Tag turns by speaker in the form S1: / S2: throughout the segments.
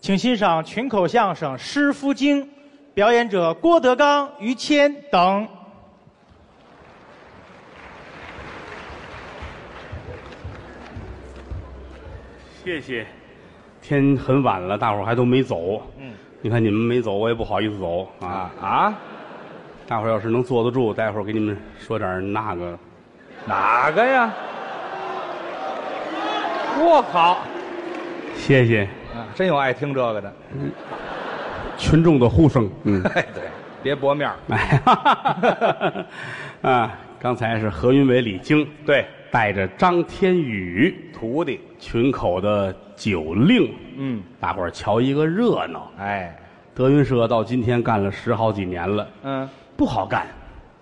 S1: 请欣赏群口相声《师傅经》，表演者郭德纲、于谦等。
S2: 谢谢。天很晚了，大伙儿还都没走。
S1: 嗯，
S2: 你看你们没走，我也不好意思走啊啊！大伙儿要是能坐得住，待会儿给你们说点儿那个。
S3: 哪个呀？我靠！
S2: 谢谢
S3: 啊，真有爱听这个的。
S2: 群众的呼声。嗯，
S3: 哎，对，别薄面儿
S2: 哎，哈哈哈 啊，刚才是何云伟、李菁，
S3: 对，
S2: 带着张天宇
S3: 徒弟。
S2: 群口的九令，
S3: 嗯，
S2: 大伙儿瞧一个热闹。
S3: 哎，
S2: 德云社到今天干了十好几年了，
S3: 嗯，
S2: 不好干。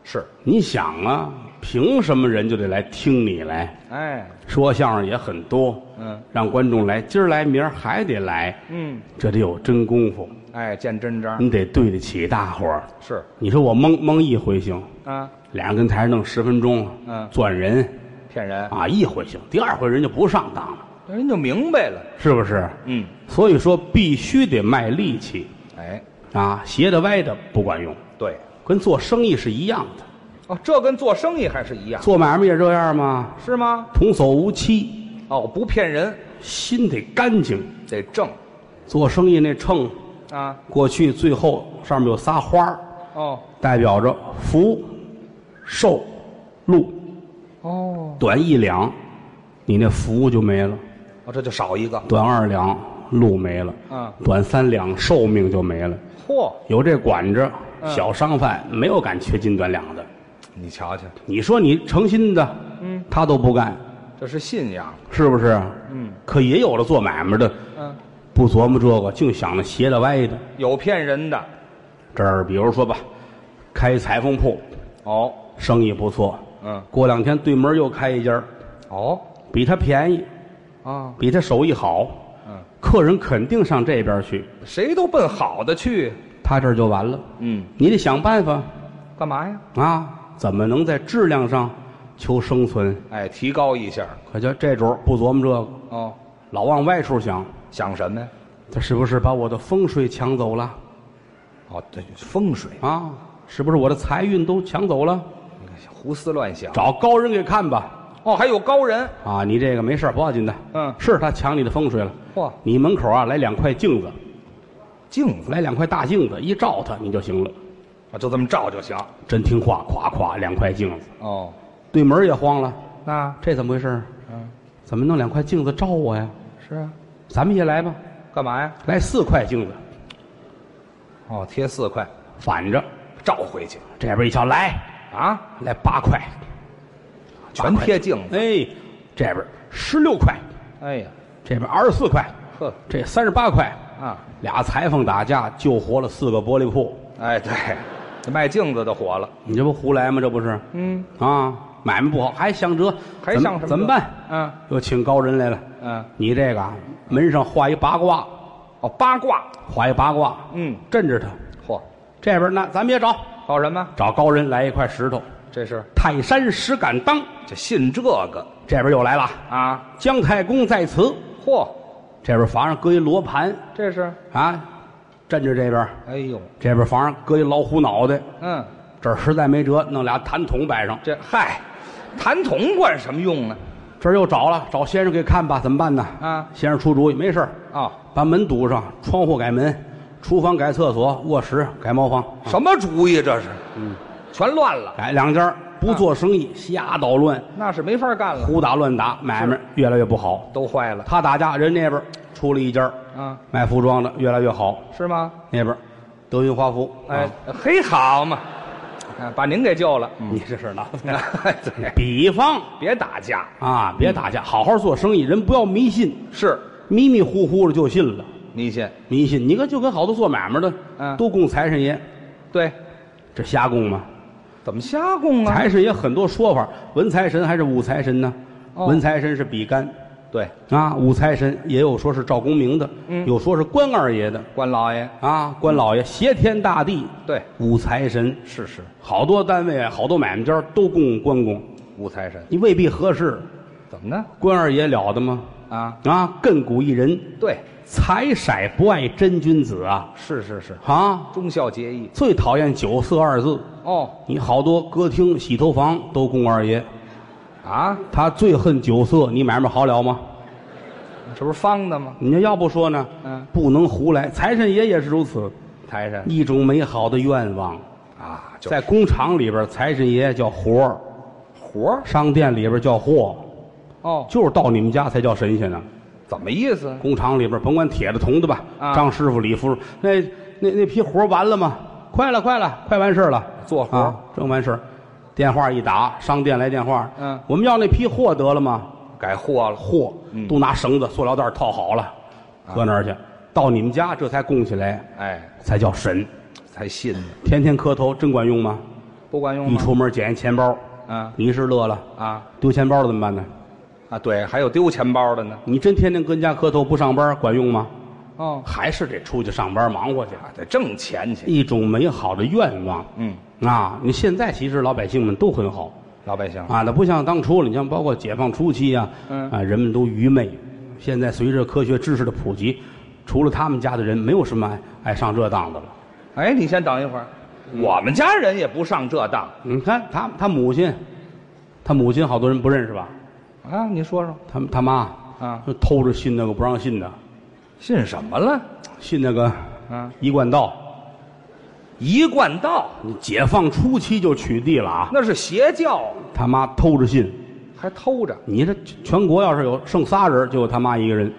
S3: 是，
S2: 你想啊，凭什么人就得来听你来？
S3: 哎，
S2: 说相声也很多，
S3: 嗯，
S2: 让观众来，今儿来明儿还得来，
S3: 嗯，
S2: 这得有真功夫，
S3: 哎，见真章
S2: 你得对得起大伙儿。
S3: 是
S2: 你说我蒙蒙一回行，
S3: 啊，
S2: 俩人跟台上弄十分钟，
S3: 嗯
S2: 钻人
S3: 骗人，
S2: 啊，一回行，第二回人就不上当了，
S3: 人就明白了。
S2: 是不是？
S3: 嗯，
S2: 所以说必须得卖力气
S3: 哎，
S2: 啊，斜的歪的不管用，
S3: 对，
S2: 跟做生意是一样的，
S3: 哦，这跟做生意还是一样，
S2: 做买卖也这样嘛，
S3: 是吗？
S2: 童叟无欺，
S3: 哦，不骗人，
S2: 心得干净。
S3: 得正
S2: 做生意那秤，
S3: 啊。
S2: 过去最后上面有仨花儿
S3: 哦，
S2: 代表着福、寿、禄，
S3: 哦，
S2: 短一两，你那福就没了；
S3: 哦，这就少一个。
S2: 短二两，禄没了；
S3: 嗯
S2: 短三两，寿命就没了。
S3: 嚯，
S2: 有这管着，
S3: 嗯
S2: 小商贩没有敢缺斤短两的。
S3: 你瞧瞧，
S2: 你说你诚心的，
S3: 嗯，
S2: 他都不干，
S3: 这是信仰。
S2: 是不是？
S3: 嗯
S2: 可也有了做买卖的，
S3: 嗯，
S2: 不琢磨这个，净想着斜的歪的。
S3: 有骗人的。
S2: 这儿比如说吧，开裁缝铺，
S3: 哦，
S2: 生意不错，
S3: 嗯，
S2: 过两天对门又开一家儿，
S3: 哦，
S2: 比他便宜，
S3: 啊，
S2: 比他手艺好，
S3: 嗯，
S2: 客人肯定上这边去，
S3: 谁都奔好的去。
S2: 他这儿就完了。
S3: 嗯，
S2: 你得想办法
S3: 干嘛呀？
S2: 啊，怎么能在质量上求生存？
S3: 哎，提高一下。
S2: 可就这主儿不琢磨这个，
S3: 哦，
S2: 老往外处想，
S3: 想什么呀？
S2: 他是不是把我的风水抢走了
S3: 哦，对，风水，
S2: 啊？是不是我的财运都抢走了？
S3: 胡思乱想。
S2: 找高人给看吧。
S3: 哦，还有高人。
S2: 啊，你这个没事儿不要紧的。
S3: 嗯
S2: 是他抢你的风水了。
S3: 嚯，
S2: 你门口啊来两块镜子，
S3: 镜子
S2: 来两块大镜子，一照它你就行了。
S3: 啊，就这么照就行。
S2: 真听话，夸夸两块镜子。
S3: 哦，
S2: 对门儿也慌了，
S3: 那
S2: 这怎么回事儿？
S3: 嗯，
S2: 怎么弄两块镜子照我呀？
S3: 是啊，
S2: 咱们也来吧，
S3: 干嘛呀？
S2: 来四块镜子，
S3: 哦，贴四块，
S2: 反着。
S3: 照回去
S2: 这边一瞧，来
S3: 啊，
S2: 来八块，
S3: 全贴镜子。
S2: 哎，这边十六块，
S3: 哎呀，
S2: 这边二十四块，
S3: 呵
S2: 这三十八块，
S3: 啊，
S2: 俩裁缝打架救活了四个玻璃铺，
S3: 哎，对，这卖镜子的火了。
S2: 你这不胡来吗？这不是
S3: 嗯，
S2: 啊，买卖不好还想辙，
S3: 还
S2: 怎么
S3: 想什么辙
S2: 怎么办？
S3: 嗯
S2: 又请高人来了，
S3: 嗯，
S2: 你这个啊门上画一八卦，
S3: 哦，八卦。
S2: 画一八卦，
S3: 嗯，
S2: 镇着他。
S3: 嚯，
S2: 这边那咱们也找
S3: 搞什么？
S2: 找高人来一块石头，
S3: 这是
S2: 泰山石敢当。
S3: 就信这个
S2: 这边又来了，
S3: 啊？
S2: 姜太公在此。
S3: 嚯，
S2: 这边房上搁一罗盘
S3: 这是？
S2: 啊，镇着这边。
S3: 哎呦，
S2: 这边房上搁一老虎脑袋，
S3: 嗯，
S2: 这儿实在没辙，弄俩痰筒摆上。
S3: 这嗨，痰筒管什么用啊？
S2: 这儿又找了，找先生给看吧，怎么办呢？
S3: 啊
S2: 先生出主意，没事儿
S3: 啊，
S2: 把门堵上，窗户改门，厨房改厕所，卧室改茅房，
S3: 什么主意这是？嗯，全乱了，
S2: 改哎两家儿
S3: 啊
S2: 不做生意，瞎捣乱，
S3: 那是没法干了，
S2: 胡打乱打，买卖越来越不好。
S3: 都坏了
S2: 他打架，人那边儿出了一家儿
S3: 啊？
S2: 卖服装的，越来越好。
S3: 是吗？
S2: 那边儿德云华服，
S3: 哎
S2: 啊，
S3: 嘿，好嘛，啊把您给救了。
S2: 你这事儿拿
S3: 对，
S2: 比方
S3: 别打架，
S2: 啊，别打架，好好做生意，人不要迷信，
S3: 是
S2: 迷迷糊糊的就信了。
S3: 迷信，
S2: 迷信，你看就跟好多做买卖的，
S3: 嗯
S2: 都供财神爷，
S3: 对，
S2: 这瞎供吗？
S3: 怎么瞎供啊？
S2: 财神爷很多说法，文财神还是武财神呢？
S3: 哦
S2: 文财神是比干
S3: 对，
S2: 啊，武财神也有说是赵公明的，
S3: 嗯
S2: 有说是关二爷的
S3: 关老爷，
S2: 啊，关老爷挟天大地，
S3: 对，
S2: 武财神
S3: 是是，
S2: 好多单位、啊好多买卖家都供关公，
S3: 五财神，
S2: 你未必合适。
S3: 怎么呢？
S2: 关二爷了得吗？
S3: 啊，
S2: 啊，亘古一人，
S3: 对，
S2: 财色不爱真君子啊
S3: 是是是，
S2: 啊！
S3: 忠孝节义。
S2: 最讨厌酒色二字。
S3: 哦，
S2: 你好多歌厅、洗头房都供二爷，
S3: 啊，
S2: 他最恨酒色。你买卖好了吗？
S3: 这不是方的吗？
S2: 你要要不说呢？
S3: 嗯
S2: 不能胡来。财神爷也是如此，
S3: 财神
S2: 一种美好的愿望。
S3: 啊，就
S2: 在工厂里边，财神爷叫活儿
S3: 活儿
S2: 商店里边叫货，
S3: 哦，
S2: 就是到你们家才叫神仙呢。
S3: 怎么意思？
S2: 工厂里边，甭管铁的、铜的吧，
S3: 啊
S2: 张师傅、李夫人，那那那批活儿完了吗？快了，快了，快完事儿了，
S3: 做活儿
S2: 啊，正完事儿，电话一打，商店来电话，
S3: 嗯
S2: 我们要那批货得了吗？
S3: 改货了，
S2: 货都拿绳子、塑料袋套好了，
S3: 啊
S2: 搁那儿去，到你们家这才供起来，
S3: 哎，
S2: 才叫神。
S3: 才信呢，
S2: 天天磕头真管用吗？
S3: 不管用
S2: 一
S3: 吗？
S2: 出门捡一钱包，
S3: 啊
S2: 你是乐了，
S3: 啊
S2: 丢钱包了怎么办呢？
S3: 啊！对，还有丢钱包的呢。
S2: 你真天天跟家磕头不上班管用吗？
S3: 哦，
S2: 还是得出去上班忙活去，
S3: 啊，得挣钱去。
S2: 一种美好的愿望。
S3: 嗯，
S2: 啊，你现在其实老百姓们都很好
S3: 老百姓
S2: 啊，那不像当初了。你像包括解放初期啊，
S3: 嗯
S2: 啊，人们都愚昧。现在随着科学知识的普及，除了他们家的人，没有什么爱爱上这当的了。
S3: 哎，你先等一会儿，
S2: 嗯
S3: 我们家人也不上这当
S2: 你看他他母亲，他母亲好多人不认识吧？
S3: 啊！你说说
S2: 他他妈
S3: 啊，
S2: 就偷着信那个不让信的，
S3: 信什么了？
S2: 信那个
S3: 啊，
S2: 一贯道。
S3: 一贯道
S2: 你解放初期就取缔了啊！
S3: 那是邪教，
S2: 他妈偷着信，
S3: 还偷着，
S2: 你这全国要是有剩仨人，就有他妈一个人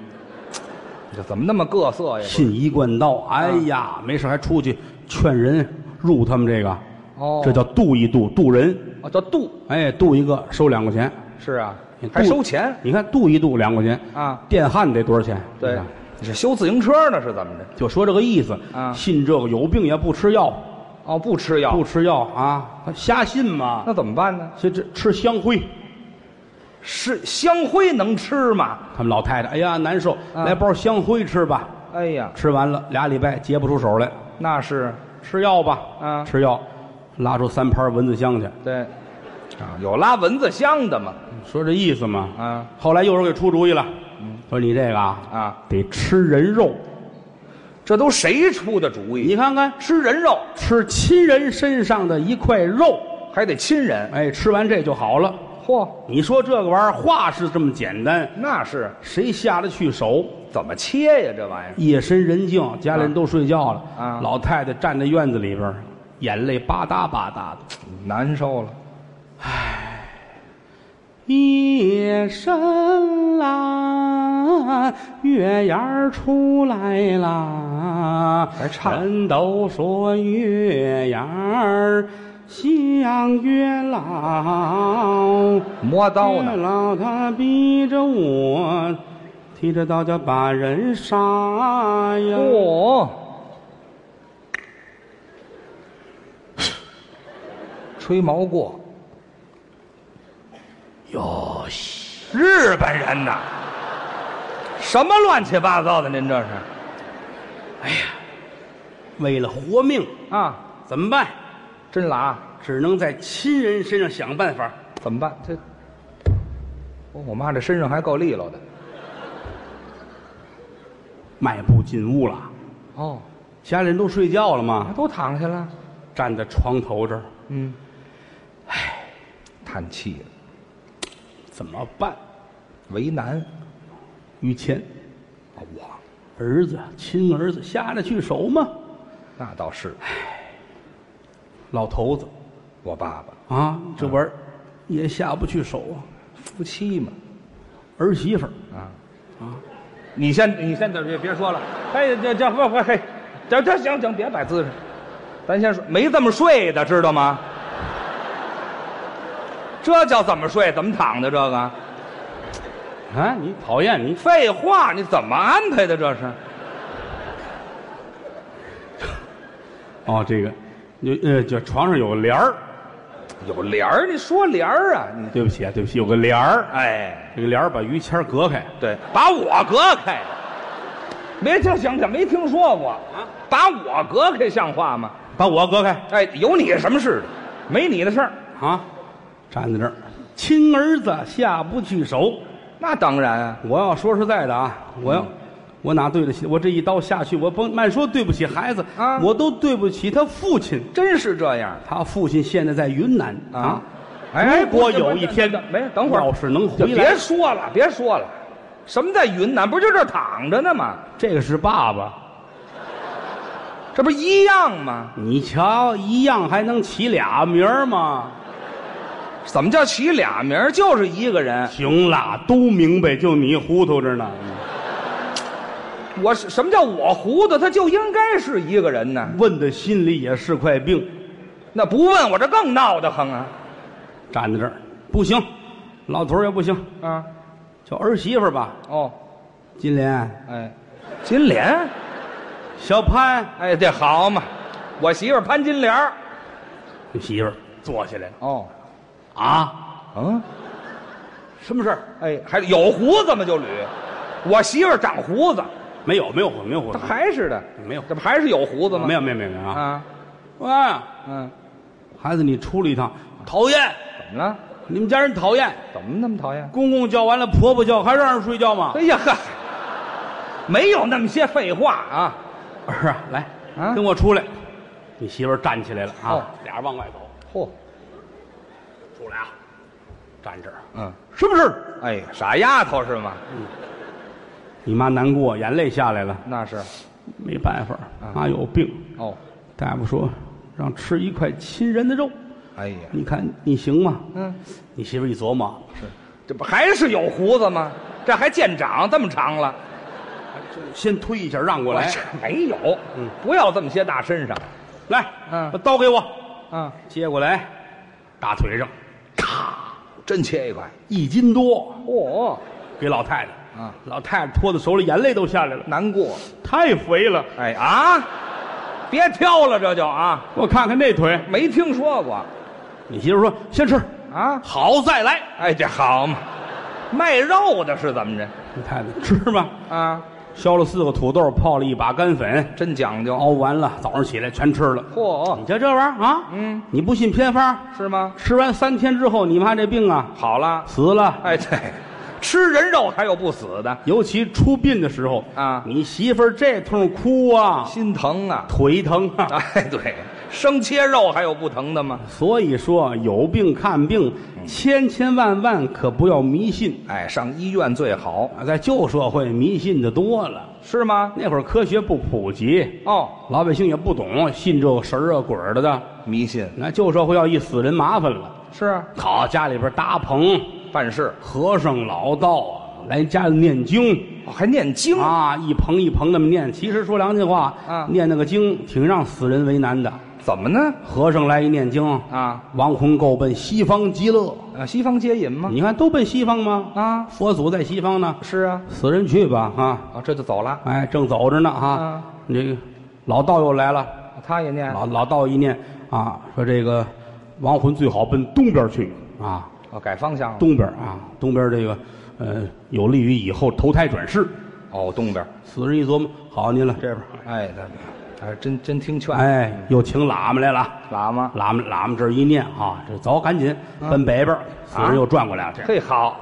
S3: 这怎么那么各色呀？
S2: 信一贯道。哎
S3: 啊
S2: 呀，没事还出去劝人入他们这个，
S3: 哦
S2: 这叫渡一渡渡人。
S3: 啊，叫渡
S2: 哎，渡一个收两块钱，
S3: 是啊
S2: 你，
S3: 还
S2: 渡
S3: 收钱
S2: 你看渡一渡两块钱，
S3: 啊？
S2: 电焊得多少钱？你
S3: 对
S2: 看，
S3: 你是修自行车呢是怎么着？
S2: 就说这个意思。
S3: 啊
S2: 信这个有病也不吃药，
S3: 哦，不吃药
S2: 不，吃药啊，他瞎信嘛。
S3: 那怎么办呢？
S2: 这这吃香灰，
S3: 是香灰能吃吗？
S2: 他们老太太，哎呀难受，
S3: 啊
S2: 来包香灰吃吧。
S3: 哎呀，
S2: 吃完了俩礼拜结不出手来，
S3: 那是
S2: 吃药吧，
S3: 啊
S2: 吃药，拉出三盘蚊子香去，
S3: 对啊，有拉蚊子香的吗？
S2: 说这意思嘛。
S3: 啊
S2: 后来有人给出主意了，说你这个啊，
S3: 啊，
S2: 得吃人肉，
S3: 这都谁出的主
S2: 你
S3: 意？
S2: 看看，
S3: 吃人肉
S2: 吃亲人身上的一块肉，
S3: 还得亲人，
S2: 哎，吃完这就好了。
S3: 嚯，
S2: 你说这个玩意儿话是这么简单，
S3: 那是
S2: 谁下得去手？
S3: 怎么切呀？这玩意儿
S2: 夜深人静，家里人都睡觉了，
S3: 啊
S2: 老太太站在院子里边儿，眼泪吧嗒吧嗒的。
S3: 难受了。
S2: 夜深啦，月牙儿出来啦，
S3: 还唱
S2: 人都说月牙儿像月老，
S3: 磨刀
S2: 月
S3: 呢？
S2: 老他逼着我提着刀就把人杀呀。
S3: 哦，吹毛过，
S2: 哟西，
S3: 日本人呐，什么乱七八糟的？您这是
S2: 为了活命
S3: 啊？
S2: 怎么办？
S3: 真拉，
S2: 只能在亲人身上想办法。
S3: 怎么办？这，哦我妈这身上还够利落的。
S2: 迈步进屋了，
S3: 哦，
S2: 家里人都睡觉了吗？
S3: 都躺下了。
S2: 站在床头这儿
S3: 嗯，唉，叹气了，
S2: 怎么办？
S3: 为难。
S2: 于谦，
S3: 啊我，
S2: 儿子，亲儿子下得去手吗？
S3: 那倒是，
S2: 老头子
S3: 我爸爸
S2: 啊，这玩意儿也下不去手啊。
S3: 夫妻嘛。
S2: 儿媳妇儿
S3: 你先，你先等，别别说了。哎，这这不不嘿，这这行行，别摆姿势，咱先说，没这么睡的，知道吗？这叫怎么睡？怎么躺的？这个
S2: 啊，你讨厌你
S3: 废话，你怎么安排的？这是
S2: 哦，这个，有呃，就床上有个帘儿，
S3: 有帘儿，你说帘儿啊？你
S2: 对不起啊，对不起，有个帘儿，
S3: 哎，
S2: 这个帘儿把于谦儿隔开，
S3: 对，把我隔开，没听行行，没听说过啊？把我隔开像话吗？
S2: 把我隔开
S3: 哎，有你什么事的？没你的事儿。
S2: 啊，站在这儿，亲儿子下不去手，
S3: 那当然啊，
S2: 我要说实在的啊，
S3: 嗯
S2: 我要、我哪对得起？我这一刀下去，我甭慢说对不起孩子
S3: 啊
S2: 我都对不起他父亲。
S3: 真是这样
S2: 他父亲现在在云南
S3: 啊
S2: 啊。。
S3: 哎，
S2: 如果
S3: 不是
S2: 有一天
S3: 不是没事，等会儿
S2: 要是能
S3: 就
S2: 回
S3: 别
S2: 来，
S3: 说了，别说了，什么在云南？不就这儿躺着呢吗？
S2: 这个是爸爸，
S3: 这不一样吗？
S2: 你瞧，一样还能起俩名儿吗？
S3: 怎么叫起俩名儿？就是一个人。
S2: 行啦，都明白，就你糊涂着呢。
S3: 我是什么叫我糊涂？他就应该是一个人呢。
S2: 问的心里也是块病，
S3: 那不问我这更闹得慌啊！
S2: 站在这儿不行，老头儿也不行，
S3: 啊，
S2: 叫儿媳妇儿吧，
S3: 哦，
S2: 金莲、
S3: 哎，金莲，
S2: 小潘，
S3: 哎，这好嘛，我媳妇儿潘金莲儿
S2: 你媳妇儿坐下来了
S3: 哦，
S2: 啊？
S3: 嗯，
S2: 什么事儿？
S3: 哎，还有胡子吗？就捋，我媳妇儿长胡子，
S2: 没有，没有胡子，没有胡
S3: 她
S2: 子，
S3: 还是的，
S2: 没有
S3: 这不还是有胡子吗？
S2: 没有，没有，没有没有啊！
S3: 啊，
S2: 喂，
S3: 嗯，
S2: 孩子，你出来一趟，讨厌，
S3: 怎么了？
S2: 你们家人讨厌。
S3: 怎么那么讨厌？
S2: 公公叫完了，婆婆叫，还让人睡觉吗
S3: 哎？呀呵，没有那么些废话啊！
S2: 儿啊，来，
S3: 啊
S2: 跟我出来。你媳妇儿站起来了
S3: 哦
S2: 啊，俩人往外走，
S3: 嚯、
S2: 出来啊，站这儿。啊
S3: 嗯，
S2: 什么事儿？
S3: 哎，傻丫头是吗？
S2: 你妈难过，眼泪下来了，
S3: 那是，
S2: 没办法，
S3: 啊
S2: 妈有病。
S3: 哦，
S2: 大夫说让吃一块亲人的肉，
S3: 哎呀，
S2: 你看你行吗？
S3: 嗯，
S2: 你媳妇儿一琢磨，
S3: 这不还是有胡子吗？这还见长这么长了？
S2: 先推一下让过
S3: 我
S2: 来
S3: 这，没有，
S2: 嗯
S3: 不要这么些大身上
S2: 来，
S3: 嗯
S2: 把刀给我，
S3: 啊！
S2: 接过来，大腿上
S3: 真切一块，
S2: 一斤多，
S3: 哦，
S2: 给老太太。
S3: 啊，
S2: 老太太托在手里，眼泪都下来了，
S3: 难过，
S2: 太肥了。
S3: 哎啊，别挑了，这就啊，
S2: 我看看那腿。
S3: 没听说过
S2: 你媳妇说先吃，
S3: 啊！
S2: 好再来。
S3: 哎，这好嘛，卖肉的是怎么着
S2: 你太太吃吧，
S3: 啊？
S2: 削了四个土豆，泡了一把干粉，
S3: 真讲究，
S2: 熬完了，早上起来全吃了。
S3: 嚯、
S2: 你瞧这玩意儿啊，
S3: 嗯，
S2: 你不信偏方，
S3: 是吗？
S2: 吃完三天之后，你妈这病啊
S3: 好了，
S2: 死了。
S3: 哎，对，吃人肉还有不死的，
S2: 尤其出殡的时候
S3: 啊
S2: 你媳妇儿这通哭啊，
S3: 心疼啊！
S2: 腿疼啊。
S3: 哎，对，生切肉还有不疼的吗？
S2: 所以说，有病看病，
S3: 嗯
S2: 千千万万可不要迷信
S3: 哎，上医院最好，
S2: 啊！在旧社会，迷信的多了。
S3: 是吗？
S2: 那会儿科学不普及，
S3: 哦，
S2: 老百姓也不懂，信这个神儿啊鬼儿的的。
S3: 迷信
S2: 那旧社会要一死人麻烦了，
S3: 是啊，
S2: 好家里边搭棚，
S3: 办事、
S2: 和尚老道啊来家里念经
S3: 哦还念经
S2: 啊，一棚一棚那么念。其实说良心话，
S3: 啊
S2: 念那个经挺让死人为难的。
S3: 怎么呢？
S2: 和尚来一念经，
S3: 啊，
S2: 王洪够奔西方极乐。
S3: 呃，西方接引吗？
S2: 你看都奔西方吗？
S3: 啊
S2: 佛祖在西方呢，
S3: 是啊，
S2: 死人去吧啊！
S3: 啊，这就走了。
S2: 哎，正走着呢啊
S3: 啊，哎
S2: 你这个老道又来了。
S3: 他也念，
S2: 老老道一念啊，说这个亡魂最好奔东边去啊，
S3: 哦，改方向了。
S2: 东边啊，东边这个呃有利于以后投胎转世。
S3: 哦，东边。
S2: 死人一琢磨，好您了这边，
S3: 哎，他还真真听劝。，
S2: 哎，又请喇嘛来了，
S3: 喇嘛，
S2: 喇嘛喇嘛这一念啊，这走赶紧
S3: 嗯
S2: 奔北
S3: 啊
S2: 边，死人又转过来了，这
S3: 嘿，好，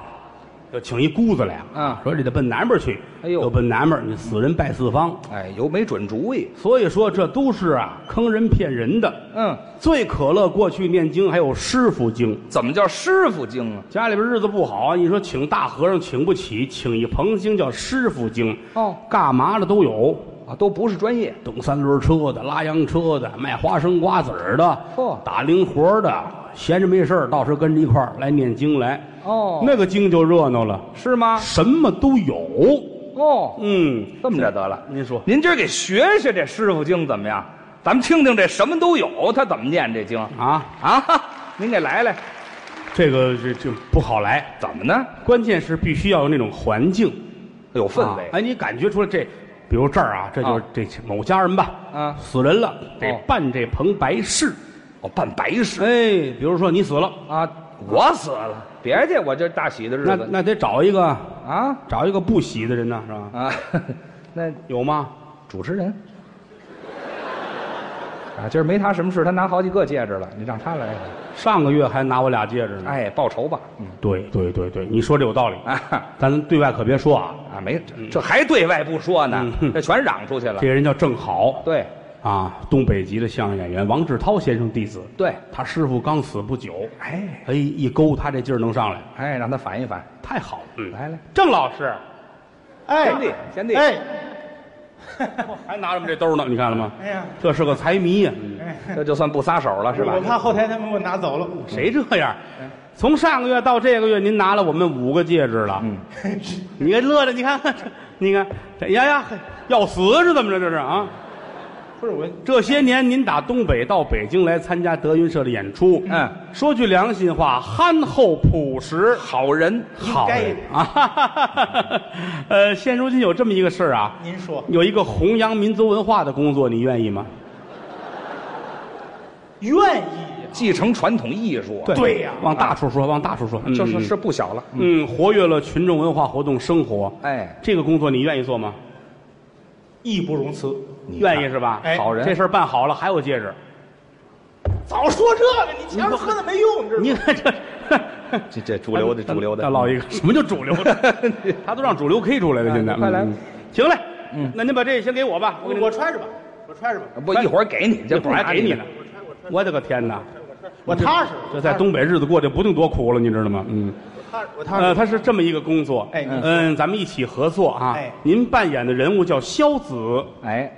S2: 又请一姑子来
S3: 啊
S2: 说这得奔南边去，
S3: 哎呦
S2: 又奔南边，你死人拜四方。
S3: 哎，有没准主意。
S2: 所以说这都是啊坑人骗人的。
S3: 嗯，
S2: 最可乐过去念经还有师傅经。
S3: 怎么叫师傅经啊？
S2: 家里边日子不好，你说请大和尚请不起，请一棚经叫师傅经，
S3: 哦，
S2: 干嘛的都有，
S3: 啊，都不是专业。
S2: 蹬三轮车的、拉洋车的、卖花生瓜子儿的，
S3: 嚯
S2: 打零活的，闲着没事儿，到时候跟着一块儿来念经来，
S3: 哦
S2: 那个经就热闹了，
S3: 是吗？
S2: 什么都有，
S3: 哦，
S2: 嗯，
S3: 这么着得了。
S2: 您说
S3: 您今儿给学学这师傅经怎么样？咱们听听这什么都有，他怎么念这经
S2: 啊，
S3: 啊？您给来来，
S2: 这个这这不好来，
S3: 怎么呢？
S2: 关键是必须要有那种环境
S3: 有氛围
S2: 啊，哎，你感觉出来这，比如这儿啊，这就是
S3: 啊
S2: 这某家人吧，
S3: 啊
S2: 死人了，得
S3: 哦
S2: 办这棚白事。
S3: 哦，办白事
S2: 哎，比如说你死了，
S3: 啊！我死了，别介，我这大喜的日
S2: 那
S3: 子
S2: 那得找一个
S3: 啊
S2: 找一个不喜的人呢，是吧？
S3: 啊！那
S2: 有吗？
S3: 主持人啊，今儿没他什么事，他拿好几个戒指了，你让他来。
S2: 上个月还拿我俩戒指呢。
S3: 哎，报仇吧。嗯
S2: 对对对对，你说这有道理
S3: 啊
S2: 咱对外可别说啊，
S3: 啊，没这这还对外不说呢，
S2: 嗯
S3: 这全嚷出去了
S2: 这。人叫郑好，
S3: 对
S2: 啊，东北籍的相声演员王志涛先生弟子，
S3: 对，
S2: 他师傅刚死不久，
S3: 哎
S2: 哎，一勾他这劲儿能上来，
S3: 哎，让他反一反。
S2: 太好了。嗯，
S3: 来来，
S2: 郑老师
S1: 哎，
S3: 贤弟贤弟
S1: 哎，
S2: 还拿着我们这兜呢，你看了吗？
S1: 哎呀，
S2: 这是个财迷呀，
S3: 这就算不撒手了是吧
S1: 我？怕后台他们给我拿走了。
S2: 谁这样？从上个月到这个月，您拿了我们五个戒指了。
S3: 嗯，
S2: 你看乐的，你看看，你看，这呀呀，要死是怎么着？这是啊！
S1: 不是我，
S2: 这些年您打东北到北京来参加德云社的演出，
S3: 嗯，
S2: 说句良心话，憨厚朴实，
S3: 好人
S2: 好人 啊哈哈哈哈！ 呃，现如今有这么一个事儿啊，
S1: 您说
S2: 有一个弘扬民族文化的工作，你愿意吗？
S1: 愿意呀？
S3: 继承传统艺术，啊
S1: 对呀
S2: 往大处说，往大处说，啊嗯
S3: 就是是不小了。
S2: 嗯，活跃了群众文化活动生活，
S3: 哎，
S2: 这个工作你愿意做吗？
S1: 义不容辞。
S3: 你看
S2: 愿意是吧？
S1: 哎
S3: 好人
S2: 这事儿办好了还有戒指，
S1: 早说这个，你前面喝的没用，你知道吗？
S2: 你看这。
S3: 这这主流的主流的嗯
S2: 再 唠一个，什么叫主流的？他都让主流 K 出来了，现在。
S3: 啊快来
S2: 嗯，行嘞，
S3: 嗯
S2: 那您把这先给我吧，我给
S1: 我
S2: 您
S1: 我揣着吧，我揣着吧，
S3: 啊不一会儿给你，这
S2: 这会儿还 给你呢。我的个天哪！
S1: 我踏实。
S2: 这在东北日子过得不定多苦了，你知道吗？嗯，
S1: 我踏实，我踏
S2: 呃，
S1: 实。
S2: 他是这么一个工作，
S1: 哎你
S2: 嗯，咱们一起合作啊。
S1: 哎
S2: 您扮演的人物叫萧子，
S3: 哎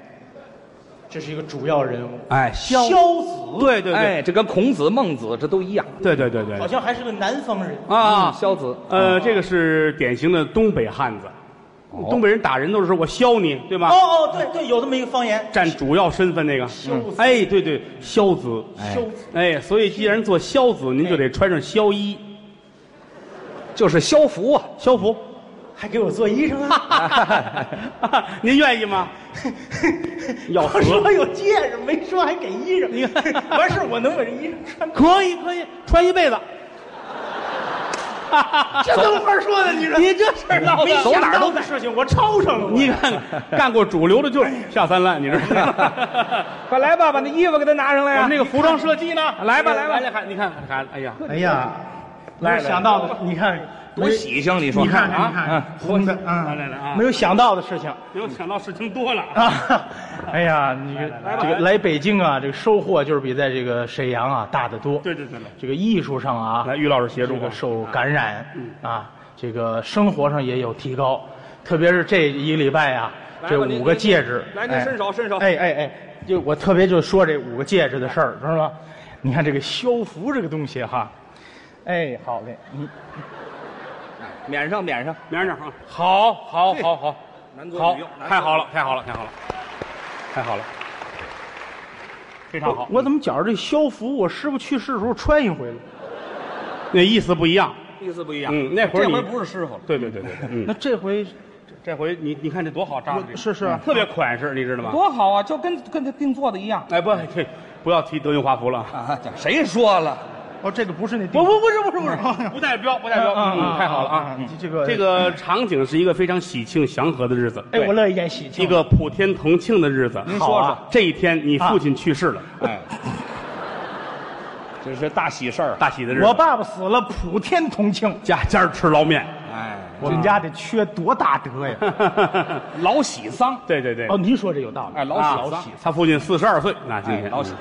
S1: 这是一个主要人物，
S2: 哎，萧，
S1: 子，
S2: 对对对，
S3: 哎，这跟孔子、孟子这都一样
S2: 对对对对
S1: 好，像还是个南方人。
S2: 啊
S3: 嗯，萧子
S2: 呃，这个是典型的东北汉子，
S3: 哦
S2: 东北人打人都是说我削你，对吧？
S1: 哦哦，对对，有这么一个方言，
S2: 占主要身份那个
S1: 萧子，
S2: 哎，对对，萧子，
S3: 哎
S1: 修子
S2: 哎，所以既然做萧子，您就得穿上萧衣、
S3: 就是萧服啊。
S2: 萧服，
S1: 还给我做衣裳啊？
S2: 您愿意 吗？要
S1: 我
S2: 死
S1: 说有戒指，没说还给衣裳。你看，完事儿我能把这衣裳 穿，
S2: 可以可以，穿一 辈子。
S1: 这都没法说的，你说。
S2: 你这事儿闹
S1: 没
S2: 的，
S1: 想到的事情，我抄上了我。
S2: 你看看，干过主流的就是下三滥，你知道吗？
S3: 快来吧，把那衣服给他拿上来
S2: 我们
S3: 啊
S2: 那！个服装设计呢？
S3: 来吧来吧
S2: 哎来看，你看看，哎呀，
S1: 哎呀，没有想到的，你看
S3: 多喜庆，你说
S1: 你看看，
S2: 啊
S1: 你看，红的啊，
S2: 来来啊
S1: 没有想到的事情
S2: 没哎有想到事情多了 啊！
S1: 啊！哎呀，你这个来北京啊，这个收获就是比在这个沈阳啊大得多。
S2: 对对对对，
S1: 这个艺术上啊，
S2: 来，于老师协助
S1: 这
S2: 我
S1: 个受感染啊，这个生活上也有提高，特别是这一礼拜啊，
S3: 来吧
S1: 这
S3: 您
S1: 五个戒指，
S3: 来您
S1: 哎
S3: 伸手伸手
S1: 哎哎哎，就我特别就说这五个戒指的事儿，知道吗？你看这个消福这个东西哈，哎，好嘞，你
S3: 免上免上，
S2: 明儿那儿啊，好，好，好，好，
S3: 男
S2: 好，太好了，太好了，太好了，太好了，非常好。
S1: 我怎么觉着这消福我师傅去世的时候穿一回了？
S2: 那意思不一样，
S3: 意思不一样。
S2: 嗯，那会儿
S3: 哎这
S2: 你
S3: 回不是师傅了，
S2: 对对对对，对嗯，
S1: 那 这回
S2: 这回你你看这多好扎的这个，
S1: 是是啊
S2: 特别款式，你知道吗？
S3: 多好啊，就跟跟他定做的一样
S2: 哎，不，这不要提德云华 服了啊，
S3: 啊！这谁说了？
S2: 嗯
S1: 哦，这个不是那
S2: 不
S1: 不
S2: 不不是不是不是，不代标不代标，
S1: 啊啊
S2: 嗯，
S1: 啊
S2: 太好了啊
S1: 啊！这个
S2: 这个场景是一个非常喜庆祥和的日子，
S1: 哎，我乐意演喜庆
S2: 一个普天同庆的日子。
S3: 您
S2: 好啊
S3: 说说
S2: 这一天你父亲去世了，
S3: 哎， 这是大喜事儿。
S2: 大喜的日子。
S1: 我爸爸死了，普天同庆，
S2: 家家儿吃捞面，
S3: 哎，
S1: 我们家得缺多大德呀！
S3: 老喜丧，
S2: 对对对，
S1: 哦，您说这有道理
S3: 哎，老
S2: 啊
S3: 喜丧，
S2: 他父亲四十二岁，那今
S3: 哎，
S2: 天
S3: 老喜，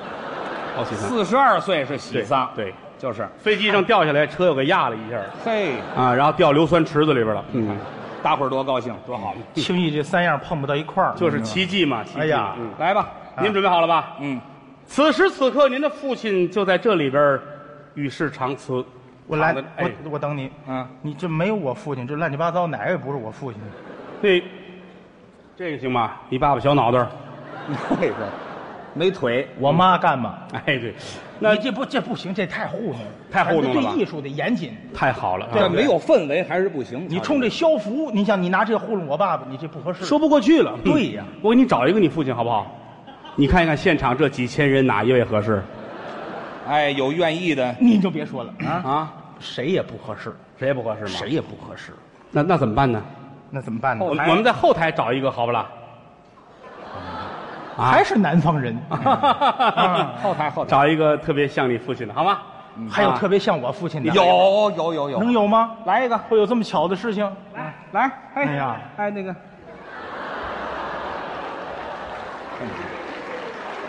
S2: 老喜丧，
S3: 四十二岁是喜
S2: 对
S3: 丧，，
S2: 对，
S3: 就是
S2: 飞机上掉下来，车又给压了一下
S3: 嘿，
S2: 啊，然后掉硫酸池子里边了，嗯，
S3: 大伙儿多高兴，多好！
S1: 轻易这三样碰不到一块儿，
S2: 就是奇迹嘛，奇迹
S1: 哎呀
S2: 嗯
S3: 来吧，
S2: 您准备好了吧？
S3: 嗯，
S2: 此时此刻，您的父亲就在这里边儿与世长辞。
S1: 我来，
S2: 躺着哎，
S1: 我我等你。
S3: 嗯，
S1: 你这没有我父亲，这乱七八糟哪个也不是我父亲。
S2: 这这个行吗？你爸爸小脑袋儿，
S3: 哎那个没腿，
S1: 我妈干嘛？
S2: 哎对，那
S1: 嗯你这不这不行，这太糊弄了，
S2: 太糊弄了吧
S1: 咱们对艺术得严谨。
S2: 太好了，
S3: 这
S2: 啊
S3: 没有氛围还是不行。
S1: 你冲这消福，你想你拿这个糊弄我爸爸，你这不合适。
S2: 说不过去了。
S1: 对呀
S2: 嗯我给你找一个你父亲好不好？你看一看现场这几千人哪一位合适
S3: 哎，有愿意的，
S1: 你就别说了啊，
S2: 啊？
S1: 谁也不合适，
S2: 谁也不合适吗？哦
S1: 谁？也不合适。
S2: 那那怎么办呢？
S1: 那怎么办呢
S2: 我？
S3: 后
S2: 们
S3: 台
S2: 我们在后台找一个好不啦？
S1: 还是南方人，啊
S3: 后台后台
S2: 啊 找一个特别像你父亲的 好吗？
S1: 还
S2: 啊
S1: 有特别像我父亲的，
S3: 有有有有
S1: 能有吗？
S3: 来一个
S1: 会有这么巧的事情？
S3: 来，哎
S1: 哎呀
S3: 哎那个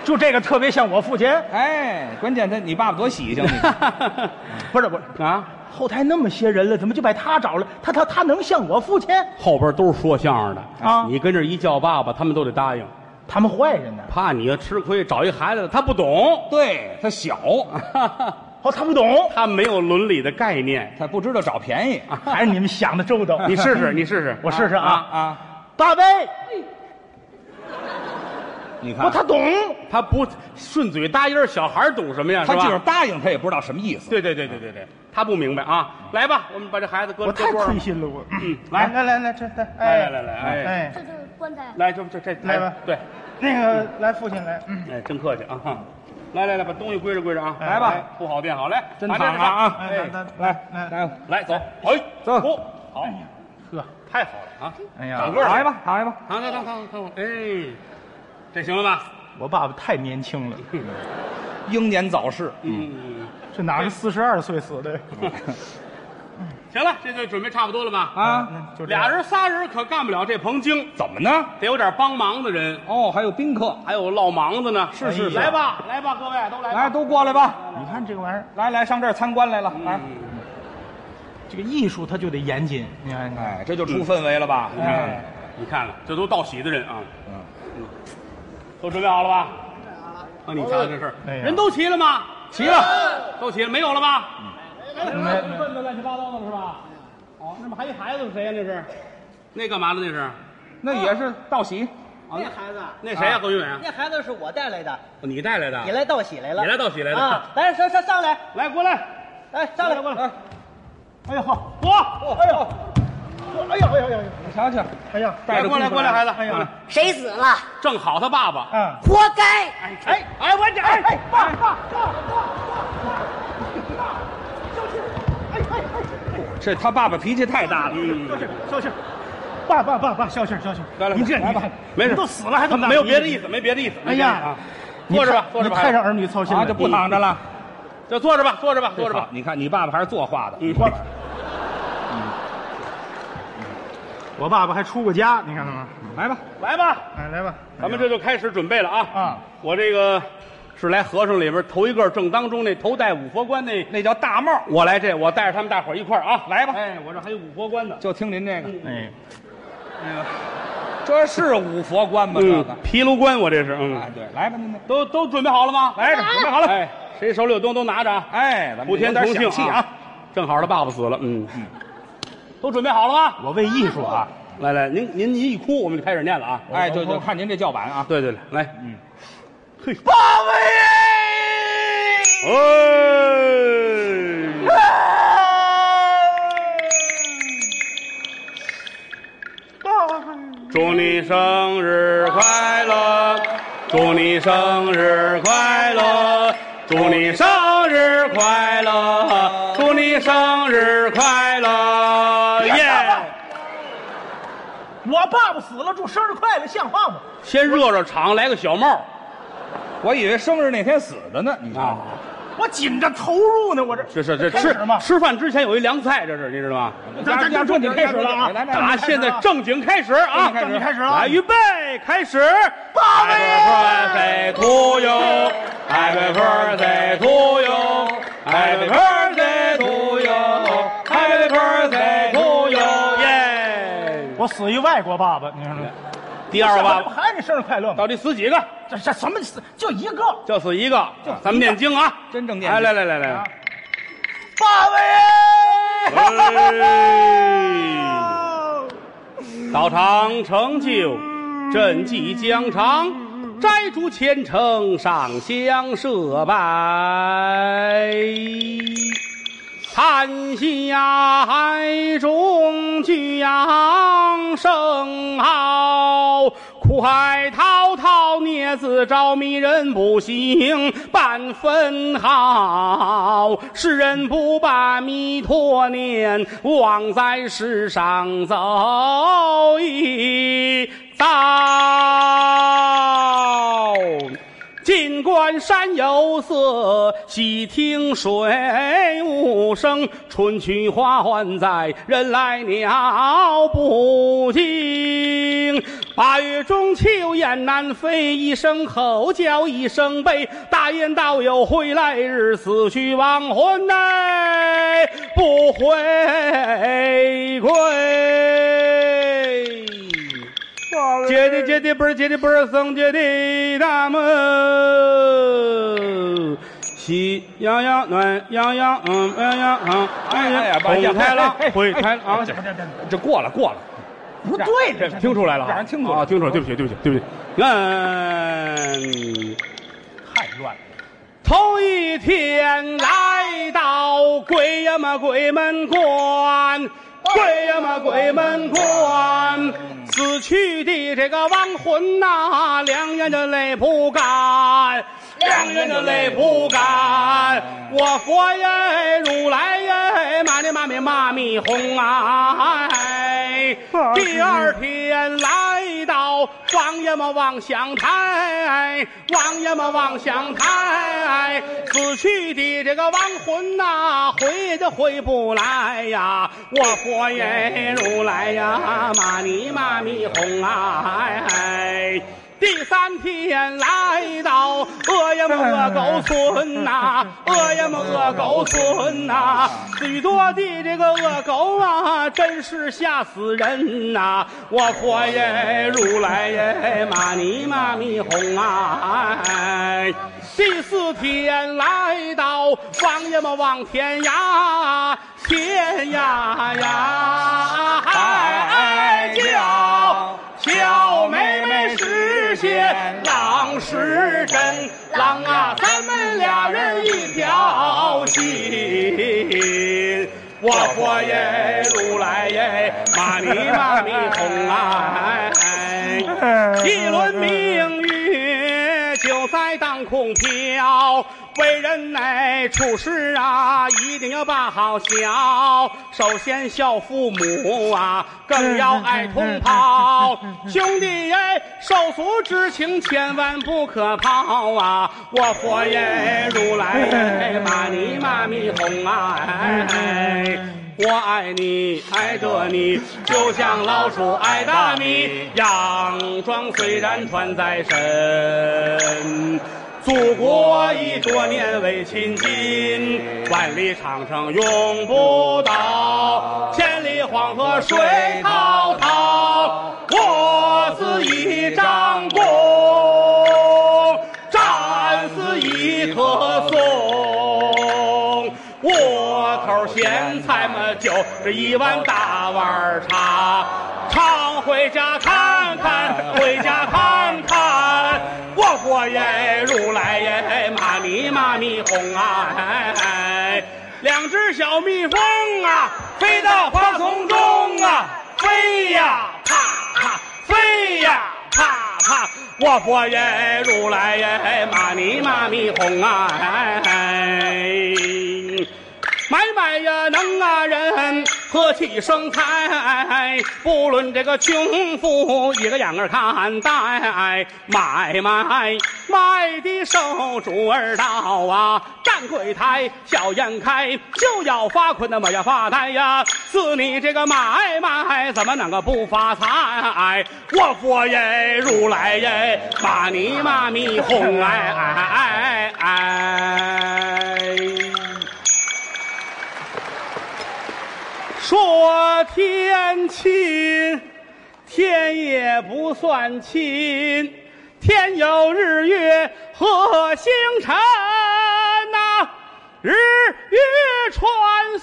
S1: 就这个特别像我父亲，
S3: 哎，关键他你爸爸多喜庆， 你
S1: 不是不是，
S2: 啊，
S1: 后台那么些人了，怎么就把他找了？他他他能像我父亲？
S2: 后边都是说相声的
S1: 啊
S2: 你跟这一叫爸爸，他们都得答应，
S1: 他们坏人呢？
S2: 怕你要吃亏，找一孩子他不懂，
S3: 对他小，
S1: 哦，他不懂，
S2: 他没有伦理的概念。
S3: 他不知道找便宜啊
S1: 还是你们想的周到。
S2: 你试试，你试试，
S1: 我试试
S3: 啊
S1: 啊。
S3: 啊！
S1: 大卫，
S3: 你看
S1: 我他懂，
S2: 他不顺嘴搭音儿，小孩儿懂什么呀？
S3: 他
S2: 是
S3: 即
S2: 吧
S3: 使答应，他也不知道什么意思。
S2: 对对对对对对，他不明白啊！来吧，我们把这孩子搁
S1: 我
S2: 搁
S1: 太
S2: 桌上
S1: 亏。心了，我。
S2: 嗯，
S1: 来
S2: 来
S1: 来来来，这来，
S2: 来来来哎
S1: 哎，
S4: 这就是棺材。
S2: 来，就这这哎
S1: 来吧
S2: 对，
S1: 那个来，父亲来，嗯，
S2: 哎，真客气啊！哈来来来，把东西归置归置啊！
S1: 哎
S2: 来吧
S1: 哎，
S2: 不好变好，来，
S3: 真
S2: 把这
S3: 躺
S2: 个
S3: 啊啊
S1: 哎，
S2: 哎，
S1: 来
S3: 来
S1: 来来，
S3: 来，
S2: 来走，哎，
S3: 走
S2: 哦好，
S1: 呵，
S2: 太好了啊！
S1: 哎呀
S2: 长个，儿
S3: 来，吧，来吧，
S2: 躺躺躺躺躺，哎，这行了吧？
S1: 我爸爸太年轻了，
S3: 英年早逝。
S2: 嗯，
S1: 这哪是四十二岁死的？
S2: 行了，这就准备差不多了吧？
S3: 啊，
S1: 那就这样
S2: 俩人仨人可干不了这棚经，
S3: 怎么呢？
S2: 得有点帮忙的人，
S3: 哦，还有宾客，
S2: 还有落忙的呢。
S3: 是是是
S2: 来吧来吧，各位都来吧。
S3: 哎来都过来吧，
S1: 你看这个玩意儿，
S3: 来来上这儿参观来了，啊来，
S2: 嗯
S1: 这个艺术它就得严谨，你看，你看，
S3: 哎，这就出氛围了吧？哎
S2: 你看，你看了，这都道喜的人啊，
S3: 嗯，
S2: 都准备好了吧？啊，你瞧瞧这事儿，
S1: 哎呀
S2: 人都齐了吗？
S3: 齐了，
S2: 都齐了，没有了吧？
S1: 没没
S2: 哎问的乱七八糟的是吧？哦，那么还一孩子是谁呀？那是，那干嘛的？那是，
S3: 那也是
S1: 啊
S3: 道喜，
S5: 那孩子，
S2: 那谁呀？何云伟啊？哦
S5: 那孩子是我带来的，
S2: 你带来的？
S5: 你来道喜来了，
S2: 你来道喜来的
S5: 啊！来，上上上来，
S2: 来，过来，
S5: 来上来，
S2: 过来
S5: 来，
S1: 哎呀好，
S2: 我，
S1: 哎呦，哎呀哎呀哎呀，
S3: 你瞧瞧，
S1: 哎呀，
S2: 来过来，过来，孩子，
S1: 哎呀
S2: 过来，
S4: 谁死了？
S2: 正好他爸爸。
S1: 嗯，
S4: 活该！
S2: 哎哎，我这哎哎爸爸，
S3: 这他爸爸脾气太大了，
S2: 嗯
S1: 消气儿消气儿，爸爸爸爸消气儿消气儿，
S2: 来来
S1: 你这
S2: 来吧
S1: 你看
S2: 没事
S1: 你都死了还这么大
S2: 没有别的
S1: 脾气
S2: 意思，没别的意思。
S1: 哎呀，
S2: 没别的意思啊坐着吧，坐着
S1: 你
S2: 吧，
S1: 太让儿女操心
S3: 啊，
S1: 了，
S3: 就不躺着了，
S2: 就嗯坐着吧，坐着吧，坐着吧。
S3: 你看你爸爸还是作画的，
S2: 嗯，
S1: 我爸爸还出过家，你看到吗？
S3: 来吧，
S2: 来吧，
S1: 哎，来吧，
S2: 咱们这就开始准备了啊！
S1: 啊，
S2: 我这个是来和尚里边头一个正当中那头戴五佛冠那，
S3: 那叫大帽，
S2: 我来这，我带着他们大伙儿一块儿啊，
S3: 来吧
S2: 哎，我这还有五佛冠呢，
S3: 就听您这个，
S1: 哎，
S3: 这是五佛观
S2: 嗯
S3: 吗？这个，
S2: 毗卢关我这是，嗯，
S3: 哎，对，来吧，您这，
S2: 都都准备好了吗？
S3: 来着，准备好了，
S2: 哎，谁手里有东西都拿着啊！
S3: 哎，咱们
S2: 普天
S3: 有
S2: 同
S3: 点
S2: 庆
S3: 响气
S2: 啊！正好他爸爸死了，嗯，都准备好了吗？
S1: 我为艺术啊，
S2: 来来，您您您一哭，我们就开始念了啊！
S3: 哎，就就看您这叫板啊，
S2: 对对对，来，嗯，嘿，
S3: 爸爸耶！
S2: 哎。祝你生日快乐，祝你生日快乐，祝你生日快乐，祝你生日快乐，耶、
S1: 我爸爸死了，祝生日快乐，像话吗？
S2: 先热热场，来个小帽
S3: 我以为生日那天死的呢，你看
S2: 啊。！
S1: 我紧着投入呢，我这
S2: 这是这
S1: 开
S2: 吃
S1: 始嘛
S2: 吃饭之前有一凉菜，这是你知道吗？
S1: 咱咱就正经开始了啊
S3: 来来来
S2: 打现在正经开始啊！
S1: 正经开始了
S2: 来，预备，开始。
S1: 爸爸
S2: Happy birthday to you, Happy birthday to you, Happy birthday to you, Happy birthday to you，耶！
S1: 我死一外国爸爸，你看这
S2: 第二个爸
S1: 不
S2: 爸
S1: 还得生日快乐吗？
S2: 到底死几个？
S1: 这这什么死就一个
S2: 就死一个。咱们念经啊，
S3: 真正念
S2: 哎
S3: 经
S2: 来来来来，
S1: 爸爸
S2: 哎
S1: 耶！
S2: 道场成就，赈济疆场，摘除前程，上香设拜。檀香中举扬声号，苦海滔滔，孽子招迷人不行半分好。世人不把弥陀念，枉在世上走一遭。细听水无声，春去花还在，人来鸟不惊。八月中秋雁南飞，一声吼叫一声悲。大雁道有回来日，死去亡魂哎，不回归。接的接的不是接的不是僧接的大门。喜洋洋暖洋洋，嗯洋洋嗯，哎
S3: 哎呀
S2: 呀，
S3: 把
S2: 红
S3: 呀
S2: 太狼
S3: 哎哎哎
S2: 灰太
S3: 啊
S2: 狼，
S3: 这这过了过了，
S5: 不对
S2: 这
S5: 了，
S2: 听出来了哈，
S3: 让人听出来
S2: 啊，听出来，对不起，对不起，对不起。嗯，
S1: 太乱了。
S2: 头一天来到鬼呀嘛鬼门关，鬼呀嘛鬼门关，死去的这个亡魂呐、两眼就泪不干，两眼就泪不干。我佛耶，如来耶，妈咪妈咪妈咪红啊！哎第二天来到王爷嘛望乡台，王爷嘛望乡台，死去的这个亡魂呐、回都回不来呀！我佛爷如来呀，玛尼玛咪哄啊！哎第三天来到恶呀么恶狗村呐、恶呀么恶狗村呐、许多的这个恶狗啊，真是吓死人呐、我佛耶，如来耶，玛尼玛咪哄啊！哎第四天来到王爷么望天涯，天涯呀，哎叫。小妹妹是仙，郎是真，郎啊，咱们俩人一条心。我佛耶，如来耶，玛尼玛咪哄啊！
S3: 哎
S2: 一轮明月就在当空飘，为人哎处事啊，一定要把好孝。首先孝父母啊，更要爱同胞。兄弟哎，手足之情千万不可抛啊！我佛耶，如来耶，玛尼玛咪哄啊！哎我爱你，爱着你，就像老鼠爱大米。洋装虽然穿在身，祖国已多年未亲近。万里长城永不倒，千里黄河水滔滔。我是一张弓，战死一棵松。窝头咸菜嘛，就这一碗大碗茶，常回家看看，回家看看，我佛耶，如来耶，妈咪妈咪哄啊！哎两只小蜜蜂啊，飞到花丛中啊，飞呀，啪啪，飞呀，啪啪。我佛耶，如来耶，玛尼玛咪哄啊！哎哎买卖呀，能啊人，和气生财。哎不论这个穷富，一个样儿看待。买卖卖的手主儿道啊，站柜台，小眼开，就要发困那么要发呆呀。自你这个买卖，怎么能个不发财？哎我佛耶，如来耶，玛尼玛咪哄哎哎哎哎！说天亲，天也不算亲，天有日月和星辰呐、日月穿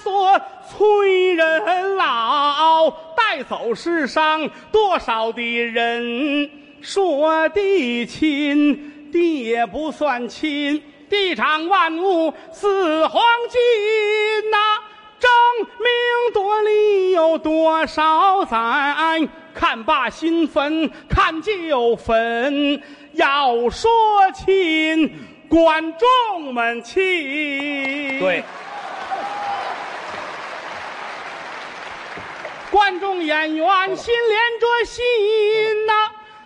S2: 梭催人老，带走世上多少的人。说地亲，地也不算亲，地长万物似黄金呐、争名夺利有多少载？看罢新坟，看旧坟，要说亲，观众们亲。
S3: 对，
S2: 观众演员心连着心呐、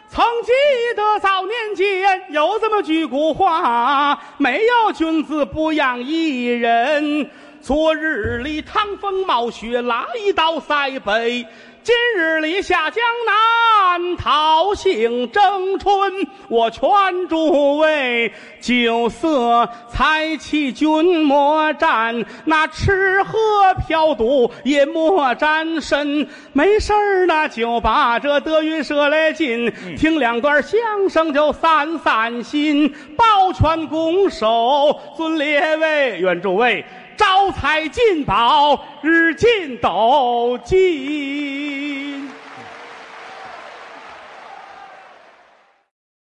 S2: 曾曾记得早年间有这么句古话：没有君子不养艺人。昨日里趟风冒雪来到塞北，今日里下江南桃杏争春。我劝诸位酒色财气君莫沾，那吃喝嫖赌也莫沾身。没事儿呢就把这德云社来进，听两段相声就散散心。抱拳拱手，尊列位，愿诸位。招财进宝，日进斗金。